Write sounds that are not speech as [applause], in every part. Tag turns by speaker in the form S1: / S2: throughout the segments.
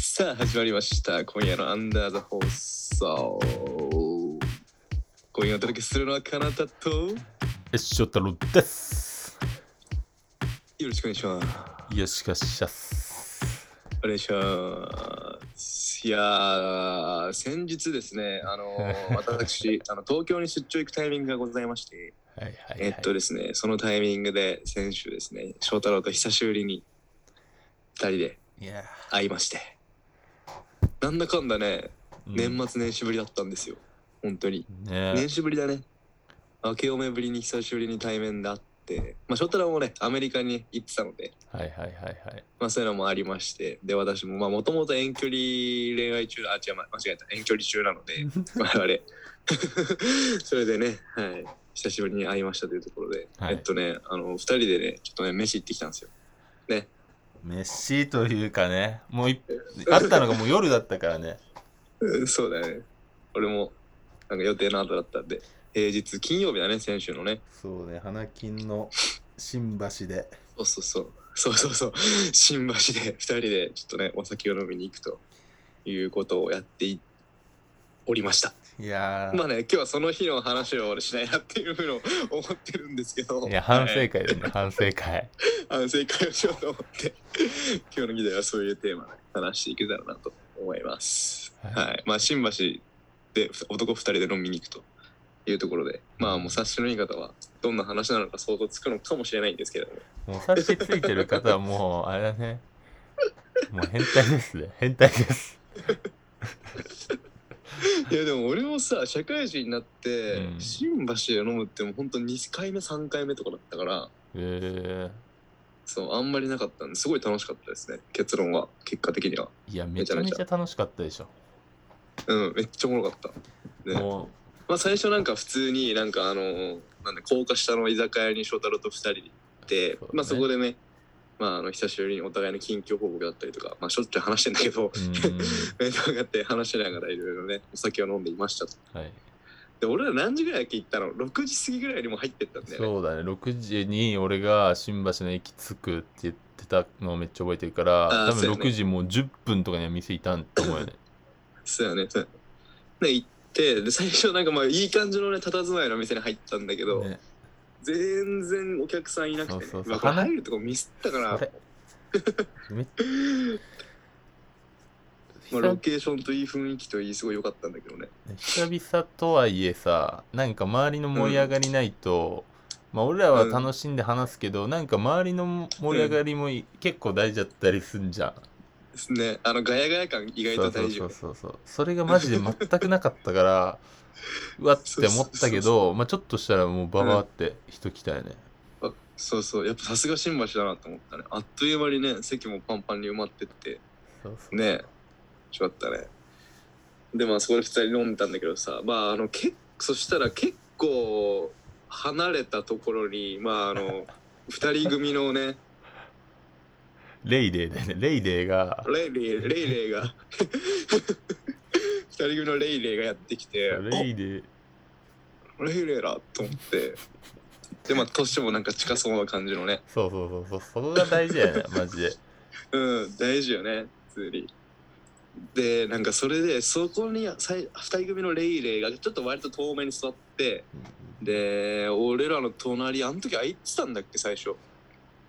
S1: さあ始まりました今夜のアンダーザ放送今夜お届けするのはかなたとよ
S2: えしょたろです。
S1: ろしくお願いします
S2: よしかしゃっす。
S1: お願いしますいやー先日ですねあの
S2: [laughs]
S1: ー私あの東京に出張行くタイミングがございまして
S2: はいはい、はい。
S1: えっとですねそのタイミングで先週ですね翔太郎と久しぶりに2人で
S2: いや
S1: 会いましてなんだかんだね
S2: ー、
S1: 年末年始ぶりだったんですよ本当に
S2: うんね
S1: 年始ぶりだね明けおめぶりに久しぶりに対面で会ってまあ翔太郎もねアメリカに行ってたので
S2: はいはいはいはい。
S1: まあそういうのもありましてで私もまあもともと遠距離恋愛中あ違うま間違えた遠距離中なの
S2: [laughs]
S1: で我々 [laughs] それでねはい久しぶりに会いましたというところで、
S2: はい
S1: えっとねあの2人でねちょっとね飯行ってきたんですよ
S2: 飯というかね、もういあったのがもう夜だったからね。
S1: うんそうだよね俺もなんか予定の後だったんで平日金曜日だね先週のね
S2: そうね、花金の新橋で。
S1: そうそうそう。そうそうそう。新橋で2人でちょっとね、お酒を飲みに行くということをやっていおりました。
S2: いやー、
S1: まあね、今日はその日の話を俺しないなっていうふうに思ってるんですけど。
S2: いや、反省
S1: はい
S2: 会だね、反省会。
S1: 反省会をしようと思って、今日の議題はそういうテーマで話していけたらなと思います。
S2: はい
S1: はい。まあ、新橋でふ男2人で飲みに行くと。いうところでまあもう察しのいい方はどんな話なのか想像つくのかもしれないんですけれども
S2: もう差しついてる方はもう、あれだね。もう変態ですね、変態です。
S1: いやでも俺もさ社会人になって、
S2: うん
S1: 新橋で飲むってもうほんと2回目3回目とかだったから
S2: えー、
S1: そうあんまりなかったんですごい楽しかったですね結論は結果的にはい
S2: や、めちゃめちゃ楽しかったでしょ。
S1: うんめっちゃおもろかったね
S2: も
S1: まあ最初なんか普通になんかあのなんで高架下の居酒屋に翔太郎と2人で行って
S2: そうね
S1: まあそこでねまああの久しぶりにお互いの近況報告だったりとかまあしょっちゅう話してんだけど [laughs]
S2: う、うーん、
S1: 面と向かって話しながらいろいろねお酒を飲んでいましたと
S2: はい。
S1: で俺ら何時ぐらいだっけ行ったの6時過ぎぐらいにもう入ってったんだよね
S2: そうだね6時に俺が新橋の駅着くって言ってたのをめっちゃ覚えてるから
S1: あー
S2: 多
S1: そう
S2: 分
S1: やね
S2: 6時もう10分とかには店いたんと思うよね
S1: そうやね。そうやね行ってで最初なんかまあいい感じのね佇まいの店に入ったんだけど、
S2: ね
S1: 全然お客さんいなくて、ね、
S2: そうそうそう
S1: わこれ入るとこミスったから
S2: あ、れめっ
S1: まあ、
S2: 久
S1: ロ
S2: 々
S1: ケーションといい雰囲気といいすごい良かったんだけどね。
S2: 久々とはいえさなんか周りの盛り上がりないと、まあ俺らは楽しんで話すけど、なんか周りの盛り上がりもい結構大事だったりすんじゃん、
S1: ですね。あのガヤガヤ感意外
S2: そ
S1: と
S2: うそ
S1: 大
S2: う
S1: 事
S2: そ
S1: よ
S2: う
S1: ね。
S2: そうそうそれがマジで全くなかったから
S1: [laughs]
S2: うわって思ったけ
S1: そうそうそう
S2: どまあちょっとしたらもうババーって人来たよね、
S1: あそうそうやっぱさすが新橋だなと思ったね。あっという間にね席もパンパンに埋まってって
S2: そうそう
S1: ねえしまったね。でまあそこで2人飲んだんだけどさまああのけそしたら結構離れたところにまああ
S2: [laughs]
S1: の2人組のね
S2: レイデーだよねレイデーが
S1: レイレイレイレイが [laughs] 二人組のレイレイがやってきて「
S2: レイデー
S1: おレイレイだ」と思ってでまあ年もなんか近そうな感じのね
S2: そうそうそうそうそこが大事
S1: [laughs]
S2: やねマジで
S1: うん大事よね普通にでなんかそれでそこにさい二人組のレイレイがちょっと割と遠目に座ってで俺らの隣あの時空いてたんだっけ最初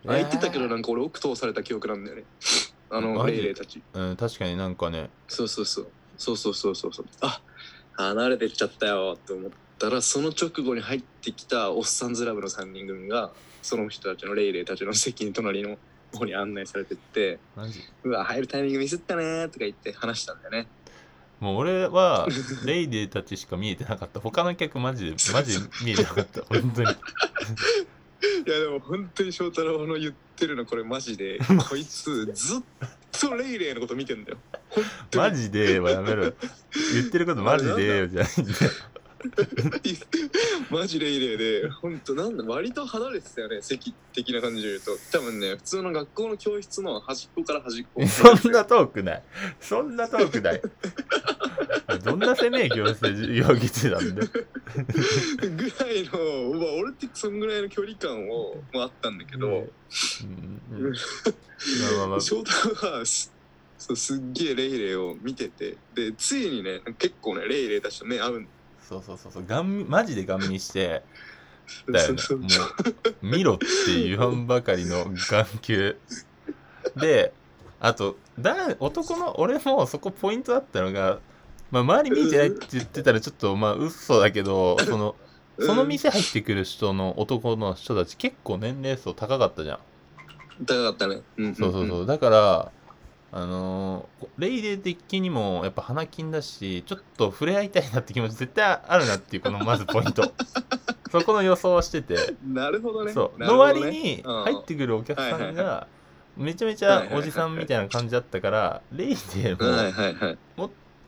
S1: 空いてたけど
S2: な
S1: なんか俺奥通された記憶なんだよね [laughs] あの
S2: マジ
S1: レイレイたち
S2: うん確かになんかね
S1: そうそうそうそうそうそうそうそうあ離れてっちゃったよと思ったらその直後に入ってきたおっさんずラブの3人組がその人たちのレイレイたちの席に隣の方に案内されてって
S2: マジ
S1: 「うわ入るタイミングミスったね」とか言って話したんだよね
S2: もう
S1: [laughs]
S2: 俺はレイデーたちしか見えてなかった他の客マジでマジで見えてなかった本当に
S1: いやでも本当に翔太郎の言ってるのこれマジ
S2: [laughs]
S1: でこいつずっとレイレイのこと見てんだよ本当に
S2: マジではやめろ言ってることマジでよじゃないんだよ
S1: マジレイレイで、本当なんだ、割と離れてたよね、席的な感じで言うと。多分ね、普通の学校の教室の端っこから端っ
S2: [laughs]
S1: こ。
S2: そんな遠くない。そんな遠くない。どんなせめえ行政容疑者なんで。
S1: ぐらいの、まあ、俺ってそんぐらいの距離感を、まあ、あったんだけど、
S2: うんうんまあまあまあ
S1: 翔太はすそうすっげえレイレイを見ててでついにね結構ねレイレイたちと目合うん
S2: そうそうそうそうガン見マジでガン見してだ
S1: だ
S2: よ
S1: よ、 [laughs]
S2: ね
S1: ね、
S2: もう見ろって言わんばかりの眼球であとだ男の俺もそこポイントだったのが、まあ、周り見えてないって言ってたらちょっとまあ嘘だけどそのその店入ってくる人の男の人たち結構年齢層高かったじゃん
S1: うん高かったね、うんんん
S2: そうそうそうだからあのーレイレイ的にもやっぱ花金だしちょっと触れ合いたいなって気持ち絶対あるなっていうこのまずポイ
S1: [laughs]
S2: ントそこの予想はしてて
S1: なるほどね
S2: そう
S1: なる
S2: の
S1: ほど
S2: 割
S1: ね
S2: に
S1: うん
S2: 入ってくるお客
S1: は
S2: さん
S1: いはい
S2: がめちゃめち
S1: はい
S2: ゃ
S1: はいはい
S2: おじさんみたいな感じだったからレイでも
S1: はいはいはい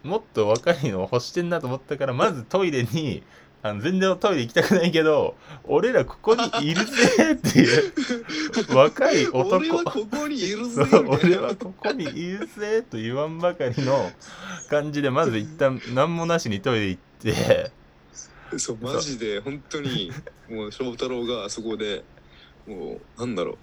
S2: もっと若いの欲してんなと思ったからまずトイレにあの全然トイレ行きたくないけど俺らここにいるぜって
S1: [laughs]
S2: いう若い男
S1: 俺はここにいるぜ
S2: そ
S1: みたいうな
S2: 俺はここにいるぜと言わんばかりの感じでまず一旦何もなしにトイレ行って
S1: そうマジで本当
S2: [laughs]
S1: にもう翔太郎があそこでもうなんだろ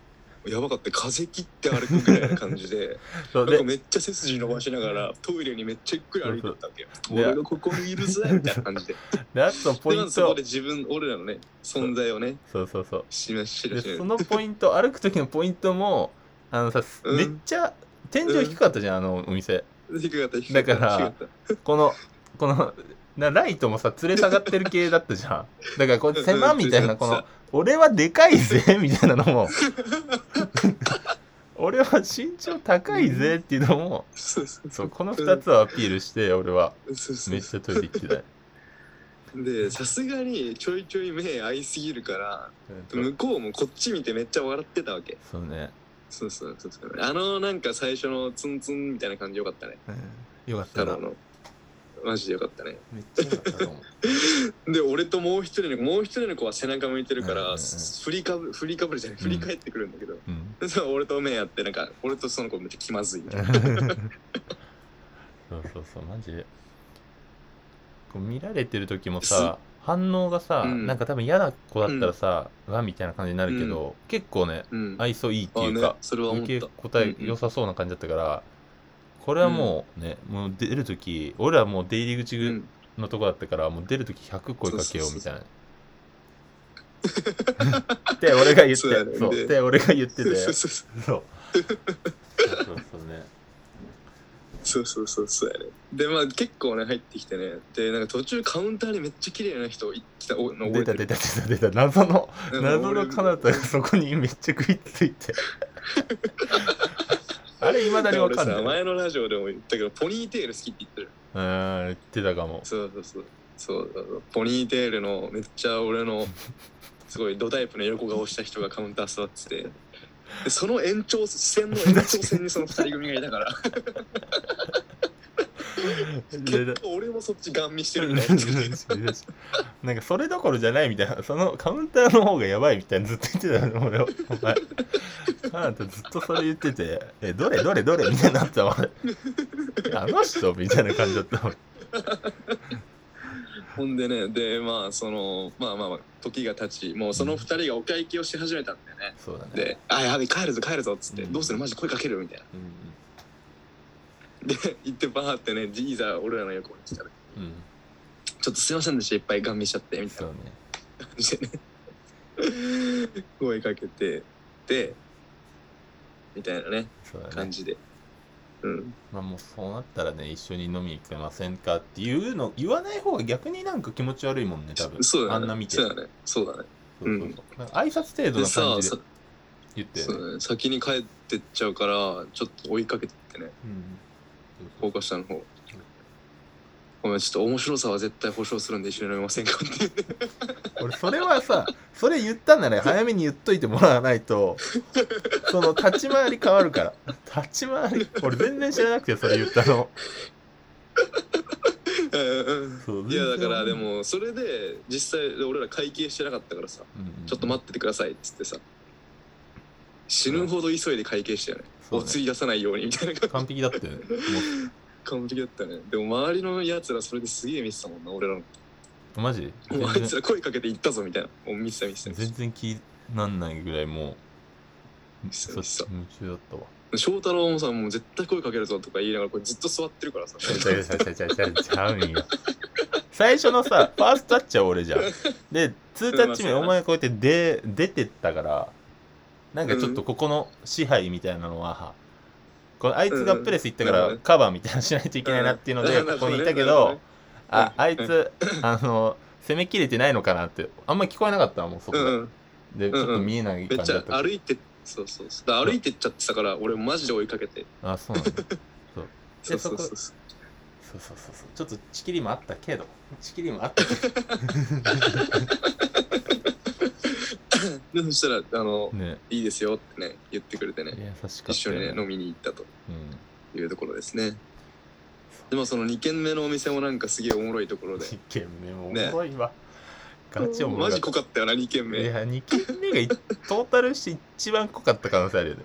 S1: うやばかった風切って歩くぐらいな感じで
S2: [laughs] そう
S1: なん
S2: で
S1: かめっちゃ背筋伸ばしながらトイレにめっちゃゆっくり歩いてったわけよ
S2: そうそう
S1: 俺がここにいるぜみたいな感じで
S2: であとポ
S1: で
S2: イ
S1: ま
S2: ン
S1: ずそこ
S2: ト
S1: で自分俺らのね存在をね
S2: そうそうそう
S1: 示し
S2: で
S1: 示し
S2: そのポイント歩く時のポイントもあのさ、
S1: うん
S2: めっちゃ天井低かったじゃん、あのお店
S1: 低かった低か
S2: だから
S1: った低かっ
S2: このこのなライトもさ連れ下がってる系だったじゃんだからこう狭みたいなこの「俺はでかいぜ」 [laughs] みたいなのも「俺は身長高いぜ」っていうのも
S1: たそうそう
S2: そうこの2つをアピールして俺は
S1: そうそう
S2: めっちゃトイレ行きたい
S1: でさすがにちょいちょい目合いすぎるから
S2: うん
S1: 向こうもこっち見てめっちゃ笑ってたわけ
S2: そうね、
S1: そうそうそうそうあのなんか最初のツンツンみたいな感じよかったね
S2: よかった
S1: 太
S2: な
S1: 郎のマジでよかったね
S2: めっちゃよかったと思う
S1: で俺ともう一人のもう一人の子は背中向いてるか
S2: うんうんう
S1: ら
S2: ん
S1: 振りかぶ振りかぶるじゃない振り返ってくるんだけど、
S2: [laughs] うん
S1: そう俺と目やってなんか俺とその子めっちゃ気まずいみたいな
S2: そうそうそうマジでこう見られてる時もさ反応がさ、
S1: うん
S2: なんか多分嫌な子だったらさ、うわみたいな感じになるけど、結構ね
S1: うん
S2: 愛想いいって
S1: あ
S2: いう
S1: ね
S2: か、
S1: それは思っ
S2: 受け
S1: た
S2: 答え
S1: うんうん
S2: 良さそうな感じだったから、これはもうね、もう出る時俺らもう出入り
S1: う
S2: 口
S1: ん
S2: のとこだったから、もう出る時100声かけようみたいな。って俺が言って
S1: そうやね
S2: そう
S1: で
S2: って俺が言って
S1: そう
S2: て
S1: そ
S2: そうう
S1: そう
S2: そうそうね
S1: そうそうそうそうやねでまあ結構ね入ってきてねでなんか途中カウンターにめっちゃ綺麗な人い来たおの覚
S2: 出
S1: えて
S2: た
S1: る
S2: 出た出た出た謎の
S1: なんか
S2: 謎
S1: 俺
S2: の彼方がそこにめっちゃ食いつい
S1: [laughs]
S2: てあれいまだにわ
S1: 俺
S2: かん
S1: さ
S2: ない
S1: 前のラジオでも言ったけどポニーテール好きって言ってる
S2: うん言ってたかも
S1: そうそうそうそうそうそうポニーテールのめっちゃ俺のすごいドタイプの横顔した人がカウンター座っててでその延長線の延長線にその二人組がいたから
S2: [laughs]
S1: 結構俺もそっちガン見してるみ
S2: [laughs]
S1: たいな
S2: なんかそれどころじゃないみたいなそのカウンターの方がやばいみたいなずっと言ってたの俺はお前あなたずっとそれ言ってて「えどれどれどれ?」みたいになってたわ俺あの人みたいな感じだったわ
S1: ほんでねでまあそのまあまあまあ時が経ちもうその二人がお会計をし始めたんだよね
S2: そうだね
S1: で「あやべ帰るぞ帰るぞ」っつって「
S2: うん
S1: どうするマジ声かける?」みたいな
S2: うん
S1: で行ってバーってねジーザー俺らの横に来たら「
S2: うん、うん、
S1: ちょっとすいませんでしたいっぱいガン見しちゃって」みたいな
S2: そうね
S1: してね [laughs] 声かけてでみたいなね
S2: そうだ
S1: 感
S2: ね
S1: じで、うん
S2: まあもうそうなったらね一緒に飲み行けませんかっていうの言わない方が逆になんか気持ち悪いもんね多分
S1: そうだね
S2: あんな見て
S1: そうだねそうだね
S2: そうそうそうなんか挨拶程度
S1: で
S2: な
S1: さ
S2: 感じ
S1: さ
S2: で言って
S1: そうだね先に帰ってっちゃうからちょっと追いかけてってね
S2: うん
S1: 高架下の方ごめんちょっと面白さは絶対保証するんで一緒に飲みませんかって
S2: [laughs] 俺それはさそれ言ったなら早めに言っといてもらわないとその立ち回り変わるから立ち回り俺全然知らなくてそれ言ったの
S1: うん
S2: そう
S1: いやだからで、
S2: 全然
S1: もそれで実際俺ら会計してなかったからさ
S2: うんうん
S1: ちょっと待っててくださいっつってさ死ぬほど急いで会計したよね
S2: そう
S1: お
S2: ね
S1: つい出さないようにみたいな感じ
S2: 完璧だったよねもう
S1: 完璧だった
S2: [laughs]
S1: ねでも周りのやつらそれですげえ見てたもんな俺らの
S2: マジ
S1: もうあい
S2: 全
S1: つ
S2: 然
S1: ら声かけて行ったぞみたいなもう見てた見てた見てた
S2: 全然気なんないぐらいもう
S1: そう
S2: そっち夢中だったわ
S1: 翔太郎もさもう絶対声かけるぞとか言いながらこれずっと座ってるからさ
S2: ちゃちゃちゃちゃちゃちゃちゃうんよ最初のさファーストタッチは俺じゃんでツータッチ目
S1: うんまあそうだね
S2: お前こうやって出出てったからなんかちょっとここの支配みたいなのは、このあいつがプレス行ったか
S1: う
S2: ら
S1: ん
S2: カバーみたいなのしないといけないなっていうので、
S1: うん
S2: ここにいたけ
S1: なるほど
S2: ど
S1: ね、
S2: ああいつあの攻めきれてないのかなってあんま聞こえなかったもんそこ
S1: うんうん
S2: でちょっと見えない
S1: めっ
S2: 感じ
S1: ち
S2: だ
S1: ゃ
S2: った
S1: 歩いてそうそうそうだから歩いてっちゃってたから俺マジで追いかけて
S2: あそうなんだ
S1: そうそうそうそう
S2: そうそうそうそうちょっとちきりもあったけどちきりもあったけ
S1: でそしたらあの
S2: どね
S1: いいですよってね言ってくれてね
S2: 優しか
S1: 一緒
S2: ったよ
S1: にね飲みに行ったと
S2: うん
S1: いうところですねでもその2軒目のお店もなんかすげえおもろいところで
S2: 2軒目もおもろいわ、ガチおもろ
S1: マ
S2: かっ
S1: ジ濃
S2: た
S1: かったよな2軒
S2: い
S1: 目
S2: や2軒目がいトータルして一番濃かった可能性あるよね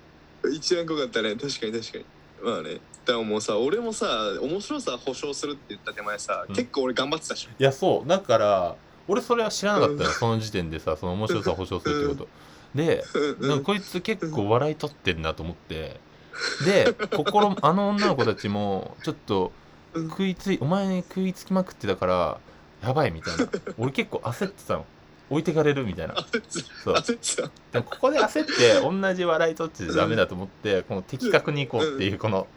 S1: 一番濃かったね確かに確かにまあねでももうさ俺もさ面白さ保証するって言った手前さ、
S2: うん
S1: 結構俺頑張ってたでしょ
S2: いやそうだから俺それは知らなかったよ、
S1: うん
S2: その時点でさその面白さを保証するってこと、で
S1: うん
S2: な
S1: うんん
S2: かこいつ結構笑い取ってんなと思ってで心 [laughs] あの女の子たちもちょっと
S1: うん
S2: 食いついお前食いつきまくってたからやばいみたいな俺結構焦ってたの置いてかれるみたいな
S1: 焦ってた
S2: そう
S1: 焦ってた
S2: でもここで焦って同じ笑い取ってちゃダメだと思ってこの的確に行こうっていうこの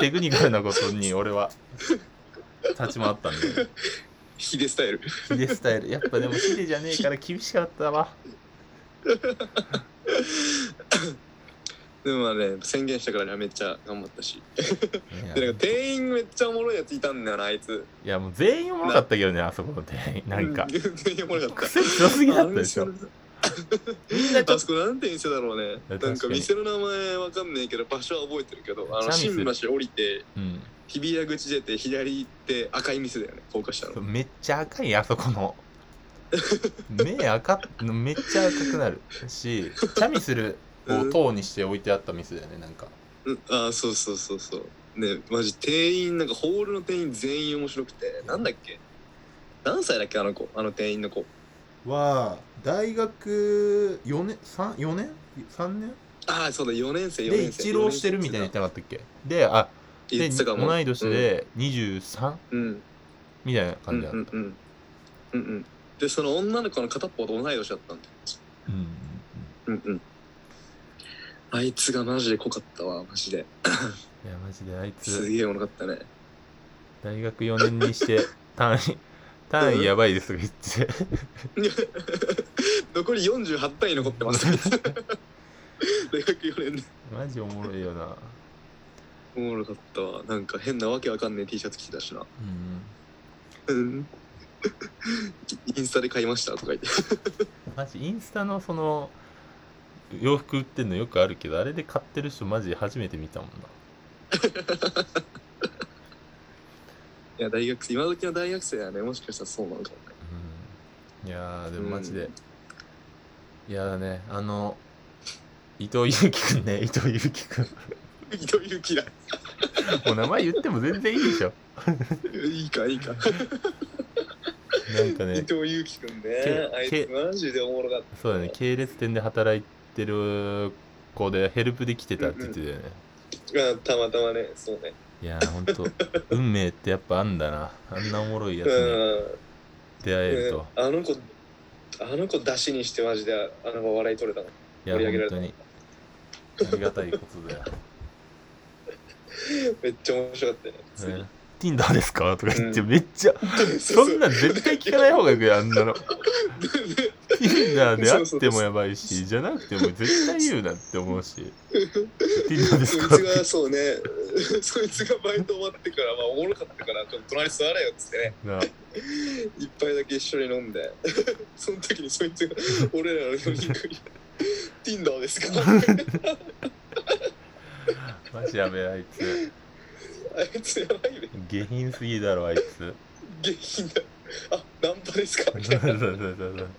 S2: テクニカルなことに俺は立ち回ったんで
S1: ヒデスタイル
S2: ヒデスタイルやっぱでもヒデじゃねえから厳しかったわ
S1: でもまあね宣言したからにはめっちゃ頑張ったし
S2: い
S1: で
S2: や
S1: なんか店員めっちゃおもろいやついたんだよなあいつ
S2: いやもう全員おもろかったけどねあそこの店員なんか
S1: う全員おもろかった
S2: 癖強すぎだったでしょみんなちょ
S1: あ
S2: っ
S1: そこなんて店だろうね
S2: 確か
S1: な
S2: に
S1: んか店の名前わかんないけど場所は覚えてるけどあの
S2: チャミ
S1: 新
S2: ス
S1: 橋降りて
S2: うん
S1: 日比谷口出て左行って赤い店だよね高架下の
S2: そうめっちゃ赤いあそこの目赤っめっちゃ赤くなるしチャミスルを塔にして置いてあった店だよねなんか
S1: うんあーそうそうそうそうねマジ店員なんかホールの店員全員面白くてなんだっけ何歳だっけあの子あの店員の子
S2: は大学4年34年3年
S1: ああそうだ4年生4
S2: で
S1: 年生
S2: 一浪してるみたいに言ってなかったっけであ
S1: 言
S2: で
S1: ってたかも
S2: 同い年で23、
S1: うん
S2: みたいな
S1: うんう
S2: 感
S1: ん
S2: じだっ
S1: う
S2: た、
S1: んうんうんうんでその女の子の片っぽと同い年だったんだよ
S2: うん
S1: うんうんあいつがマジで濃かったわマジで
S2: いやマジであい
S1: す
S2: つ
S1: げえおもろかったね [laughs]
S2: 大学4年にして単位単位やばいですとか言って
S1: 残り48単位残ってます
S2: [laughs]
S1: 大学4年で
S2: マジおもろいよな
S1: おもろかったわなんか変なわけわかんない T シャツ着てたしな
S2: うん
S1: うん [laughs] インスタで買いましたとか言って
S2: マジインスタのその洋服売ってんのよくあるけどあれで買ってる人マジ初めて見たもん
S1: いや大学生今時の大学生はねもしかしたらそうなのかもね
S2: な、うん、いやーでもマジで、
S1: うん
S2: いやだねあの伊藤祐樹くんね [laughs] 伊藤祐樹くん
S1: 伊藤祐樹だ
S2: もう名前言っても全然いいでしょ
S1: いいかいいか、
S2: なんか
S1: 伊
S2: ね
S1: 藤祐樹くんね
S2: け
S1: あい
S2: け
S1: つマジでおもろかっ
S2: そうだね系列店で働いてる子でヘルプで来てたって言ってたよね、
S1: た、まあ、たまたまねそうね
S2: いやーほんと運命ってやっぱあんだなあんなおもろいやつ
S1: うん
S2: に出会えると、
S1: うんあの子あの子出しにしてマジであの子笑い取れたの
S2: い
S1: 盛り
S2: や
S1: 上げられた
S2: 本当にありがたいことだよ
S1: めっちゃ面白かったよね普通に
S2: ね Tinder ですかとか言って
S1: うん
S2: めっちゃ、そ
S1: うん
S2: なん絶対聞か
S1: [laughs]
S2: ない方がいいよあんなの Tinder であってもやばいしじゃなくても絶対言うなって思う
S1: [laughs]
S2: し Tinder です
S1: そい
S2: か
S1: つがそうね [laughs] そいつがバイト終わってからまあおもろかったからちょっと隣座れよっつってね
S2: な
S1: 一杯だけ一緒に飲んで [laughs] その時にそいつが [laughs] 俺らの4人 [laughs] 組 Tinder です [laughs] か
S2: マジやべえあいつ
S1: あいつやばいね
S2: 下品すぎだろあいつ
S1: 下品だあナンパですか [laughs]
S2: そう
S1: み
S2: そ
S1: た
S2: う
S1: い
S2: そ
S1: な
S2: う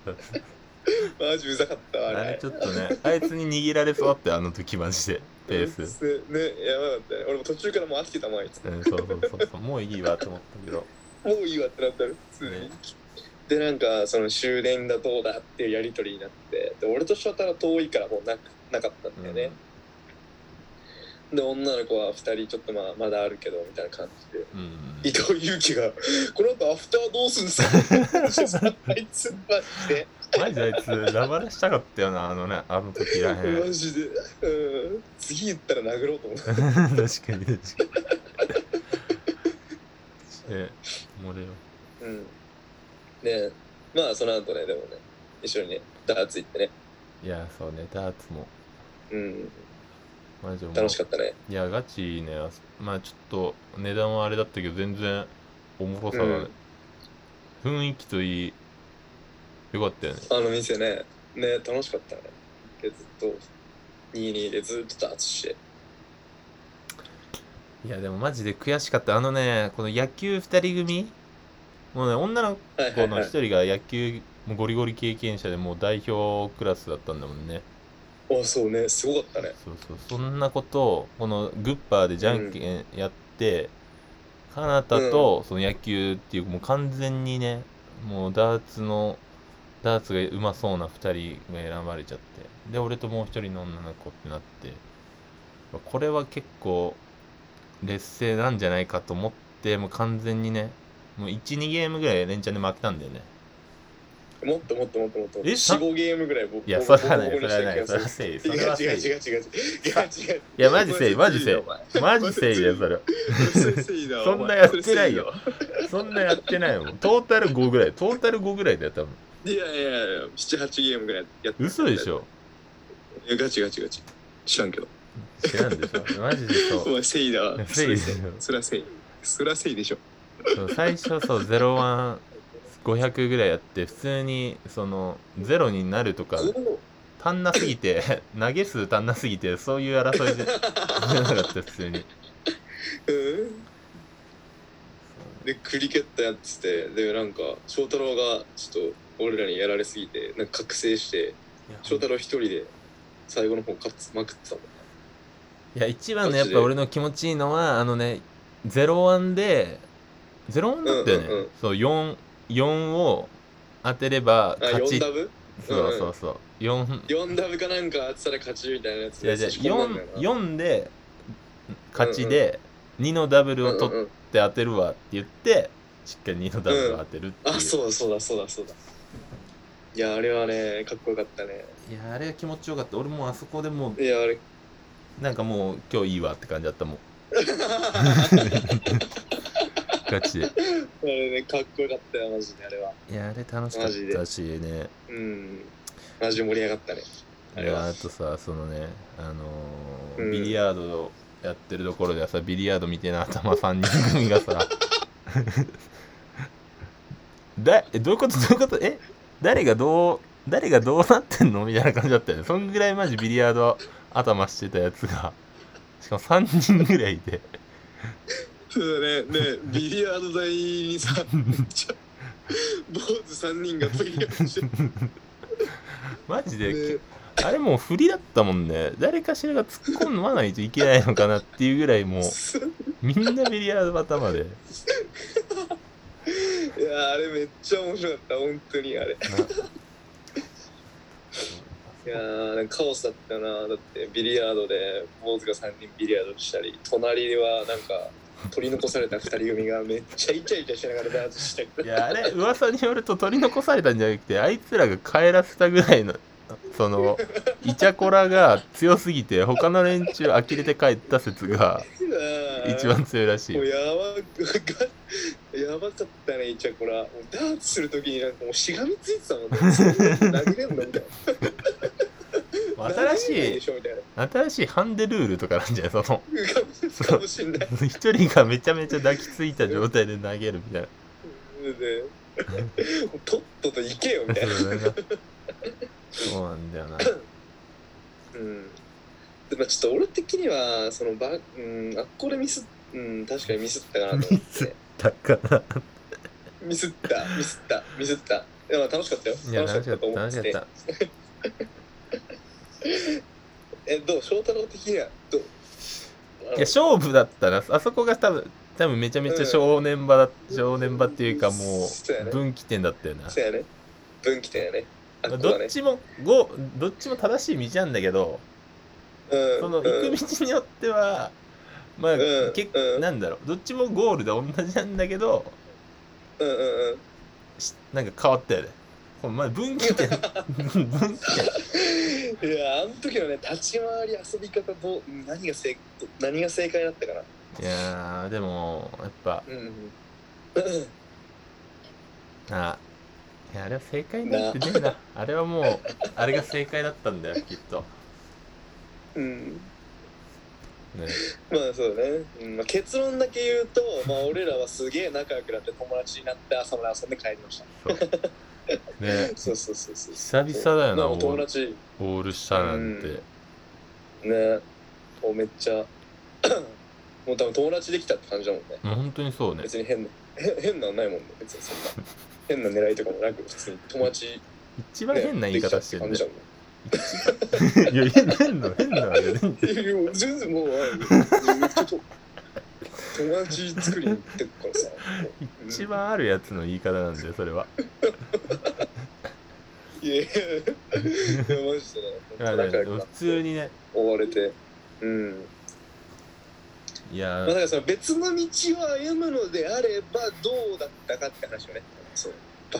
S2: そう
S1: マジうざかったわ
S2: あ
S1: あれ
S2: れちょっとねあいつに握られそうだってあの時マジでペース
S1: ねやばかったね俺も途中からもう飽きてたもんあいつ
S2: うんそうそうそうそうもういいわと思ったけど
S1: もういいわってなったら普通に、
S2: ね
S1: でなんかその終電だどうだっていうやり取りになってで俺と翔太は遠いからもうななかったんだよね、で女の子は2人ちょっとまあまだあるけどみたいな感じで
S2: うん
S1: 伊藤祐樹が「この後アフターどうすん
S2: [laughs]
S1: すか? 」あいつマジで
S2: マジであいつ黙らしたかったよなあのねあの時らへん
S1: [laughs] マジで、うん、次言ったら殴ろうと思って
S2: 確かに確かにえ漏れよ
S1: うんでまあその後ねでもね一緒にねダーツ行ってね
S2: いやそうねダーツも
S1: うん
S2: マジでもう
S1: 楽しかったね
S2: いやガチねあそまあちょっと値段はあれだったけど全然おもろさが、ね雰囲気といいよかったよね
S1: あの店ねね楽しかったねでずっと22でずっとダーツして
S2: いやでもマジで悔しかったあのねこの野球2人組もうね女の
S1: はいは
S2: 子
S1: い
S2: の
S1: は
S2: 1
S1: い
S2: 人が野球もうゴリゴリ経験者でもう代表クラスだったんだもんね
S1: あそうねすごかったね
S2: そうそうそんなことをこのグッパーでじゃんけんやって、かなたとその野球っていうもう完全にねもうダーツのダーツがうまそうな2人が選ばれちゃってで俺ともう1人の女の子ってなってまあこれは結構劣勢なんじゃないかと思ってもう完全にねもう12ゲームぐらい連チャンで負けたんだよね
S1: もっともっともっともっと
S2: えさ
S1: 45ゲームぐらい僕
S2: いやそれはない
S1: ボコボコ
S2: それ
S1: に
S2: は
S1: し
S2: な
S1: た
S2: い
S1: 気
S2: それは
S1: がす
S2: 誠意そ
S1: る違
S2: れは誠
S1: う違う
S2: 意
S1: 違う違ういや違う
S2: いやマジせいマジせい
S1: お前
S2: マジ誠意だよそれは
S1: [laughs] それ誠意だわ
S2: そんなやってないよ
S1: お前。
S2: そんなやってないもん。トータル5ぐらい。トータル5ぐらいだよ、多分。
S1: それ誠意だわいやいやいや78ゲームぐらいやって
S2: 嘘でしょ。
S1: いやガチガチガチ知らんけど
S2: 知らんでしょ。マジで
S1: お前
S2: そ
S1: 誠意だわ
S2: 誠意だよ
S1: それは誠意それは誠意でしょ
S2: う。そう最初そう、0、500ぐらいやって、普通に、その、0になる
S1: [laughs]
S2: とか、足んなすぎて、 [laughs] 投げ数足んなすぎて、そういう争いじゃ [laughs] じゃなかった、普通に。
S1: うんでクリケットやっててでなんか翔太郎がちょっと俺らにやられすぎてなんか覚醒して翔
S2: い
S1: 太郎一人で最後の方勝つまくってたもん
S2: や、一番のやっぱ俺の気持ちいいのは、あのね、01で、01だったよ
S1: う
S2: ね。
S1: んうんうん
S2: そう、4、4を当てれば
S1: あ
S2: 勝ち
S1: 4ダブ
S2: そうそうそう。4、
S1: 4ダブかなんかあってたら勝ちみたいなやつ
S2: いやじゃあ4 4で勝ちで2のダブルを
S1: を取
S2: 取
S1: っ
S2: ってて当てるわって言ってしっかり2のダブルを当てるっていう、
S1: あそうだそうだそうだそうだいやあれはねかっこよかったね
S2: いやあれは気持ちよかった俺もうあそこでも
S1: いやあれ [laughs]
S2: うなんかもう今日いいわって感じだったもんガチ [laughs] で
S1: あれねかっこよかったよマジであれはい
S2: やあれ楽しかったしね
S1: うんマジで盛り上がったねあれ
S2: いや
S1: は
S2: あとさそのねあのー
S1: うん
S2: ビリヤードやってるところではさビリヤードみたいな頭3人組がさ [laughs] だえどういうことどういうことえ誰がどう誰がどうなってんのみたいな感じだったよねそんぐらいマジビリヤード頭してたやつがしかも3人ぐらいいて
S1: そうだねねビリヤード台にさ [laughs] めっちゃ坊主3人がプリヤードしてる
S2: マジで、
S1: ね
S2: あれもう振りだったもんね誰かしらが突っ込まないといけないのかなっていうぐらいもうみんなビリヤード頭で。
S1: [laughs] いやあれめっちゃ面白かった本当にあれいやーなんかカオスだったよなだってビリヤードで坊主が3人ビリヤードしたり隣はなんか取り残された2人組がめっちゃイチャイチャしながらダーツしたり
S2: [laughs] いやあれ噂によると取り残されたんじゃなくてあいつらが帰らせたぐらいのそのイチャコラが強すぎて他の連中呆れて帰った説が一番強いらしい
S1: もう
S2: よ
S1: やばがやばかったねイチャコラもうダーツする時になんかもうしがみついてたもんねそんなの投げれんのみたいな
S2: [laughs] 新し
S1: 投げれない
S2: い
S1: でしょみたい
S2: 新しいハンデルールとかなんじゃないその
S1: な
S2: [laughs]
S1: かもかもしんない
S2: 一人がめちゃめちゃ抱きついた状態で投げるみたいな
S1: でもうとっとと行けよみたいな
S2: [laughs] そうだなそうなんだよな
S1: うんでもちょっと俺的にはそのば、うん、あっこでミス、うん、確かにミスったかなと思
S2: ミ
S1: っ
S2: スってたから
S1: ミスったミスったミスったいやまあ楽しかったよ
S2: いや楽
S1: 楽し
S2: し
S1: か
S2: か
S1: っと
S2: ったた
S1: 思
S2: 楽
S1: っ
S2: してか
S1: て
S2: っ
S1: えどう翔太郎的にはどう
S2: たいや勝負だったなあそこが多分多分めちゃめちゃ正念場だ、正念場っていうかも
S1: そうやね
S2: う分岐点だったよな
S1: そうやね分岐点やねあ
S2: まあ
S1: っこ
S2: ど
S1: は
S2: っ
S1: ね
S2: ちもごどっちも正しい道なんだけど
S1: うん
S2: その行く道によってはまあ、
S1: うん
S2: 結
S1: うん
S2: なんだろうどっちもゴールで同じなんだけど
S1: うんうんうん
S2: しなんか変わったよねこの前分岐
S1: [laughs]
S2: 点分岐
S1: いやあの時のね立ち回り遊び方どう何が正何が正解だったかな
S2: 点いやーでもやっぱ
S1: うんうん
S2: あいやあれは正解になってねえなあれはもうあれが正解だったんだよきっと
S1: うん
S2: ね
S1: まあそうね、うんまあ、結論だけ言うと、まあ、俺らはすげえ仲良くなって友達になって朝まで遊んで帰りました
S2: そうね
S1: そうそうそうそう
S2: 久々だよ
S1: ま
S2: な
S1: あ
S2: オ
S1: お友
S2: ール
S1: 達
S2: オールしたなんて、
S1: うんねもうめっちゃ [coughs] もう多分友達できたって感じだもんね
S2: もう本当にそうね
S1: 別に変なへ変なのないもんね別にそん
S2: [laughs]
S1: な変な狙いとかもなく普通に友達
S2: 一
S1: ね
S2: 番変な言い方してる
S1: で
S2: ね
S1: きたって感じだもんね
S2: いや変な変なわけね
S1: いやいやもう全然もうちょっと友達作りに行ってくからさ
S2: 一番あるやつの言い方なんだよそれはい
S1: や
S2: [laughs]
S1: いやいやマジでね
S2: いや
S1: 本当
S2: だ
S1: 仲
S2: け
S1: 良く
S2: ど
S1: なっ
S2: 普
S1: て
S2: 通にね
S1: 追われてうん
S2: いや
S1: まあだからその別の道を歩むのであればどうだったかって話をねそうば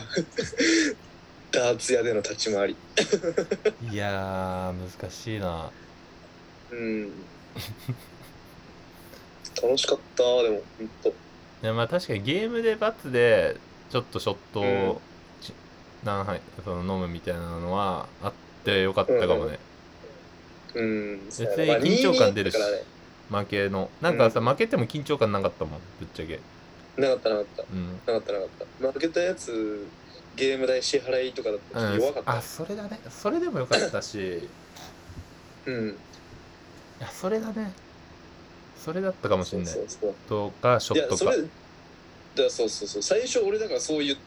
S1: ダーツ屋で [laughs] の立ち回り
S2: いやー難しいな
S1: うん
S2: [laughs]
S1: 楽しかったでもほんと
S2: いやまあ確かにゲームで罰でちょっとショットをち何杯その飲むみたいなのはあってよかったかもね
S1: うん
S2: 別に緊張感出るし
S1: まあ22だからね
S2: 負けのなんかさ負けても緊張感なかったもんぶっちゃけ
S1: なかったなかった
S2: うん
S1: なかったなかった負けたやつゲーム代支払いとかだったら弱かった
S2: あそれだねそれでもよかったし
S1: うん
S2: いやそれだねそれだったかもしれない
S1: そうそう
S2: とかシ
S1: そう
S2: ョ
S1: い
S2: ッ
S1: や
S2: ト
S1: そ
S2: か
S1: れだそうそうそう最初俺だからそう言っ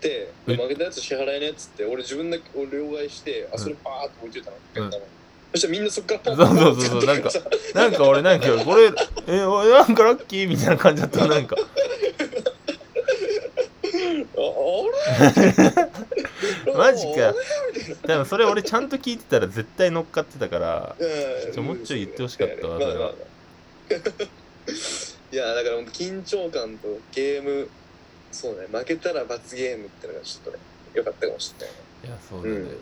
S1: て
S2: え
S1: 負けたやつ支払いねっつって俺自分だけ俺両替してあそれパーッと置いてたの、
S2: うん
S1: そしたらみんなそっからパ
S2: そうそうそうそうなんか
S1: 使って
S2: [laughs] なんか俺なんか
S1: [laughs]
S2: これえ俺なんかラッキーみたいな感じだったなんか
S1: ああれ
S2: マジか
S1: あれみたいな
S2: でもそれ俺ちゃんと聞いてたら絶対乗っかってたから
S1: うん
S2: ちょもうちょい言ってほしかったわ
S1: まあ
S2: それは
S1: まあまあいやだから本当緊張感とゲームそうね負けたら罰ゲームってのがちょっとね良かったかもしれない
S2: いやそうだね、
S1: うん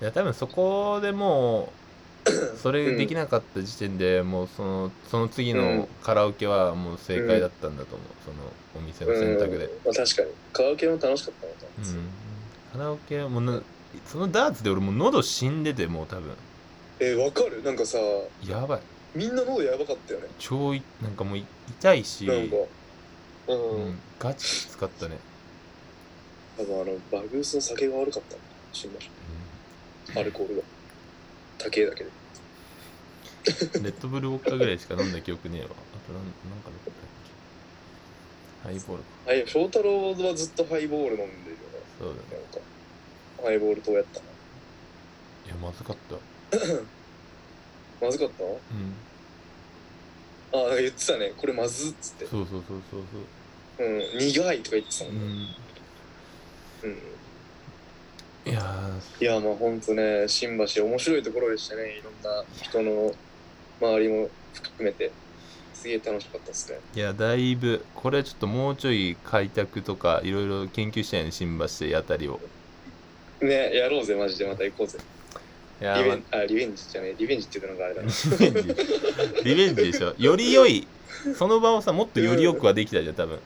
S2: いや多分そこでもうそれできなかった時点で、もうそのその次
S1: うん
S2: のカラオケはもう正解だったんだと思う、そのお店の選択で、
S1: うんまあ、確かにカラオケも楽しかったなと思いま
S2: う
S1: す
S2: んカラオケはもうなそのダーツで俺もう喉死んでてもう多分
S1: えわかるなんかさ
S2: やばい
S1: みんな喉やばかったよね
S2: 超いなんかもうい痛いし、
S1: なんかうん、
S2: うん、ガチきつかったね、
S1: 多分あのバグースの酒が悪かったの死んだアルコールが高えだけで
S2: うんレッドブルウォッカぐらいしか飲んだ記憶ねえわあとなんなんかだったっけハイボール
S1: あいや翔太郎はずっとハイボール飲んでるよね
S2: そうだね
S1: なんかハイボールどうやったの
S2: いやまずかった
S1: まずかったの
S2: うん
S1: あなんか言ってたねこれまずっつって
S2: そうそうそうそう
S1: うん苦いとか言ってた
S2: そう
S1: も
S2: うん
S1: ね
S2: ん
S1: うん
S2: いやー
S1: いやまあほんとね新橋面白いところでしたねいろんな人の周りも含めてすげえ楽しかったっすね
S2: いやだいぶこれちょっともうちょい開拓とかいろいろ研究したいね新橋であたりを
S1: ねやろうぜマジでまた行こうぜ
S2: いや
S1: リ
S2: ー
S1: ベ
S2: ま
S1: ンあリベンジじゃねえリベンジっていうのがあれだな
S2: あリベンジリベンジでしょより良いその場をさもっとよりよくはできたじゃん多分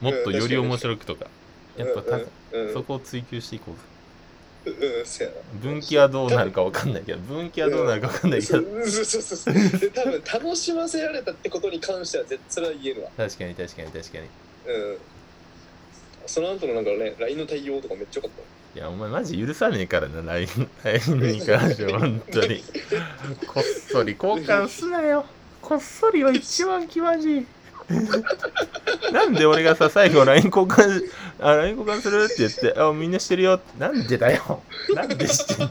S2: もっとより面白くとか [laughs] やっぱた
S1: うんうん
S2: そこを追求していこうぜ
S1: うんそうや
S2: 分岐はどうなるかわかんないけど分岐はどうなるかわかんない
S1: な
S2: け
S1: そう
S2: ど
S1: うんそうそうそうで多分楽しませられたってことに関しては絶それは言えるわ
S2: 確かに確かに確かに
S1: うんその後のなんかね LINE の対応とかめっちゃ良かった
S2: いやお前マジ許さねえからな LINE に関しては本当にこっそり交換すなよこっそりは一番気まじい [laughs] なんで俺がさ最後 LINE 交換しあ LINE 交換するって言ってあみんなしてるよってなんでだよなんでしてん [laughs]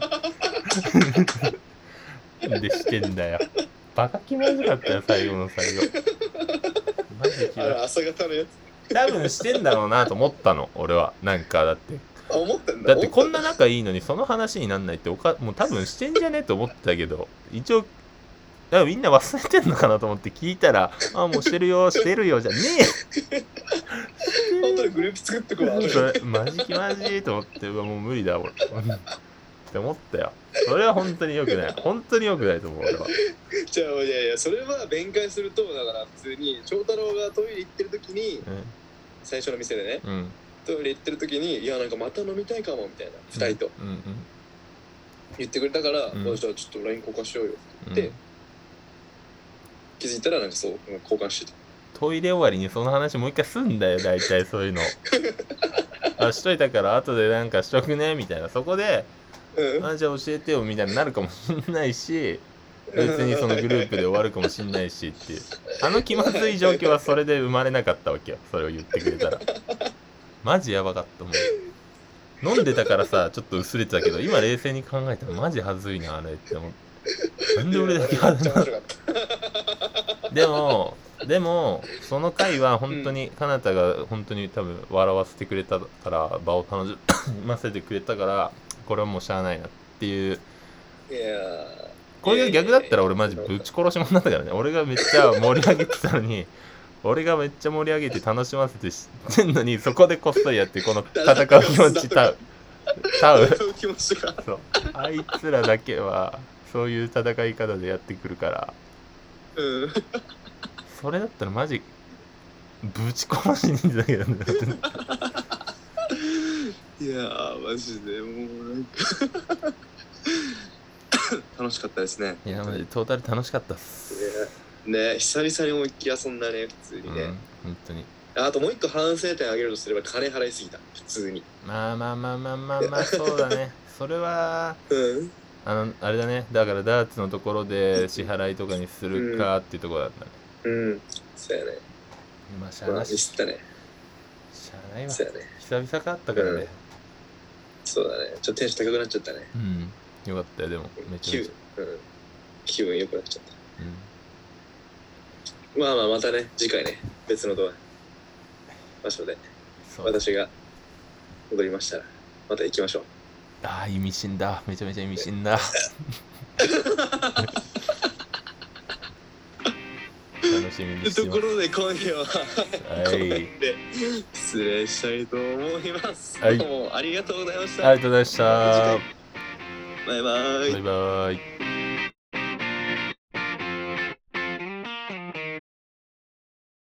S2: なんでしてんだよバカ気まずかったよ最後の最後マジ気ま
S1: あれ朝
S2: ずい
S1: 方のやつ
S2: 多分してんだろうなと思ったの俺はなんかだって
S1: あ思ったんだ
S2: だってこんな仲いいのにその話になんないっておかもう多分してんじゃねえと思ってたけど一応だからみんな忘れてんのかなと思って聞いたら「あもうしてる
S1: [laughs]
S2: よしてるよ」じゃねえ
S1: 本当にグループ作ってくわ
S2: うん [laughs] それマジきマジと思ってうわもう無理だ俺うんって思ったよそれは本当に良くない本当に良くないと思う俺は
S1: じゃあいやいやそれは弁解するとだから普通に翔太郎がトイレ行ってる時に最初の店でね
S2: うんうん
S1: トイレ行ってる時に「いやなんかまた飲みたいかも」みたいな2人と
S2: うんうん
S1: 言ってくれたから「
S2: うん
S1: あじゃあちょっと LINE 交換しようよ
S2: うん
S1: で気づいたらなんかそううん交換して
S2: トイレ終わりにその話もう一回すんだよ大体そういうのあしといたから後でなんかしとくねみたいなそこで
S1: たうん
S2: あじゃあ教えてよみたいになるかもしんないし別にそのグループで終わるかもしんないしっていうあの気まずい状況はそれで生まれなかったわけよそれを言ってくれたらマジやばかったもん飲んでたからさちょっと薄れてたけど今冷静に考えたらマジ恥ずいなあれって思ってなんで俺だけ
S1: めっ
S2: 恥
S1: ち
S2: ず
S1: ゃ [laughs] 面
S2: い
S1: 白かった
S2: でもでもその回は本当にかなたが本当に多分笑わせてくれたから場を楽しませてくれたからこれはもうしゃあないなっていう
S1: いや
S2: これが逆だったら俺マジぶち殺し者になったからね俺がめっちゃ盛り上げてたのに俺がめっちゃ盛り上げて楽しませてしてんのにそこでこっそりやってこの戦う気持ちタウタ
S1: ー
S2: ウ
S1: そういう気持ちが
S2: そうあいつらだけはそういう戦い方でやってくるから
S1: うん
S2: それだったらマジぶち殺しに行ってたけどね
S1: いやーマジでもうなんか [laughs] 楽しかったですね
S2: いやマジトータル楽しかったっす、
S1: ね久々に思いっきり遊んだね普通
S2: うん、
S1: にね、
S2: 本当に
S1: あともう一個反省点あげるとすれば金払いすぎた普通に
S2: まあまあまあまあまあまあそうだ [laughs] ねそれは
S1: うん
S2: あのあれだねだからダーツのところで支払いとかにするかっていうところだったね、
S1: うんそうやね
S2: まあしゃあ
S1: まあ
S2: な
S1: ミ
S2: いし
S1: スったね
S2: しゃあないわ
S1: そ
S2: 久
S1: うやね
S2: 々かあったからね
S1: そうだねちょっとテンション高くなっちゃったね
S2: うん、よかったよでもめち
S1: 気
S2: ゃめち
S1: 分
S2: ゃ、
S1: うん、気分良くなっちゃっ
S2: うん、
S1: たまあまあまたね次回ね別のドア場所で
S2: そう
S1: 私が戻りましたらまた行きましょう
S2: ああ意味深だめちゃめちゃ意味
S1: [laughs]
S2: 深だ楽しみにして
S1: と
S2: ま
S1: こ
S2: す
S1: ろで今夜は
S2: は
S1: この辺
S2: い
S1: で失礼したいと思います、
S2: はい
S1: どうもありがとうございまし
S2: あ
S1: た
S2: りがとうございました。
S1: バイバイ
S2: バイバイ。
S1: 「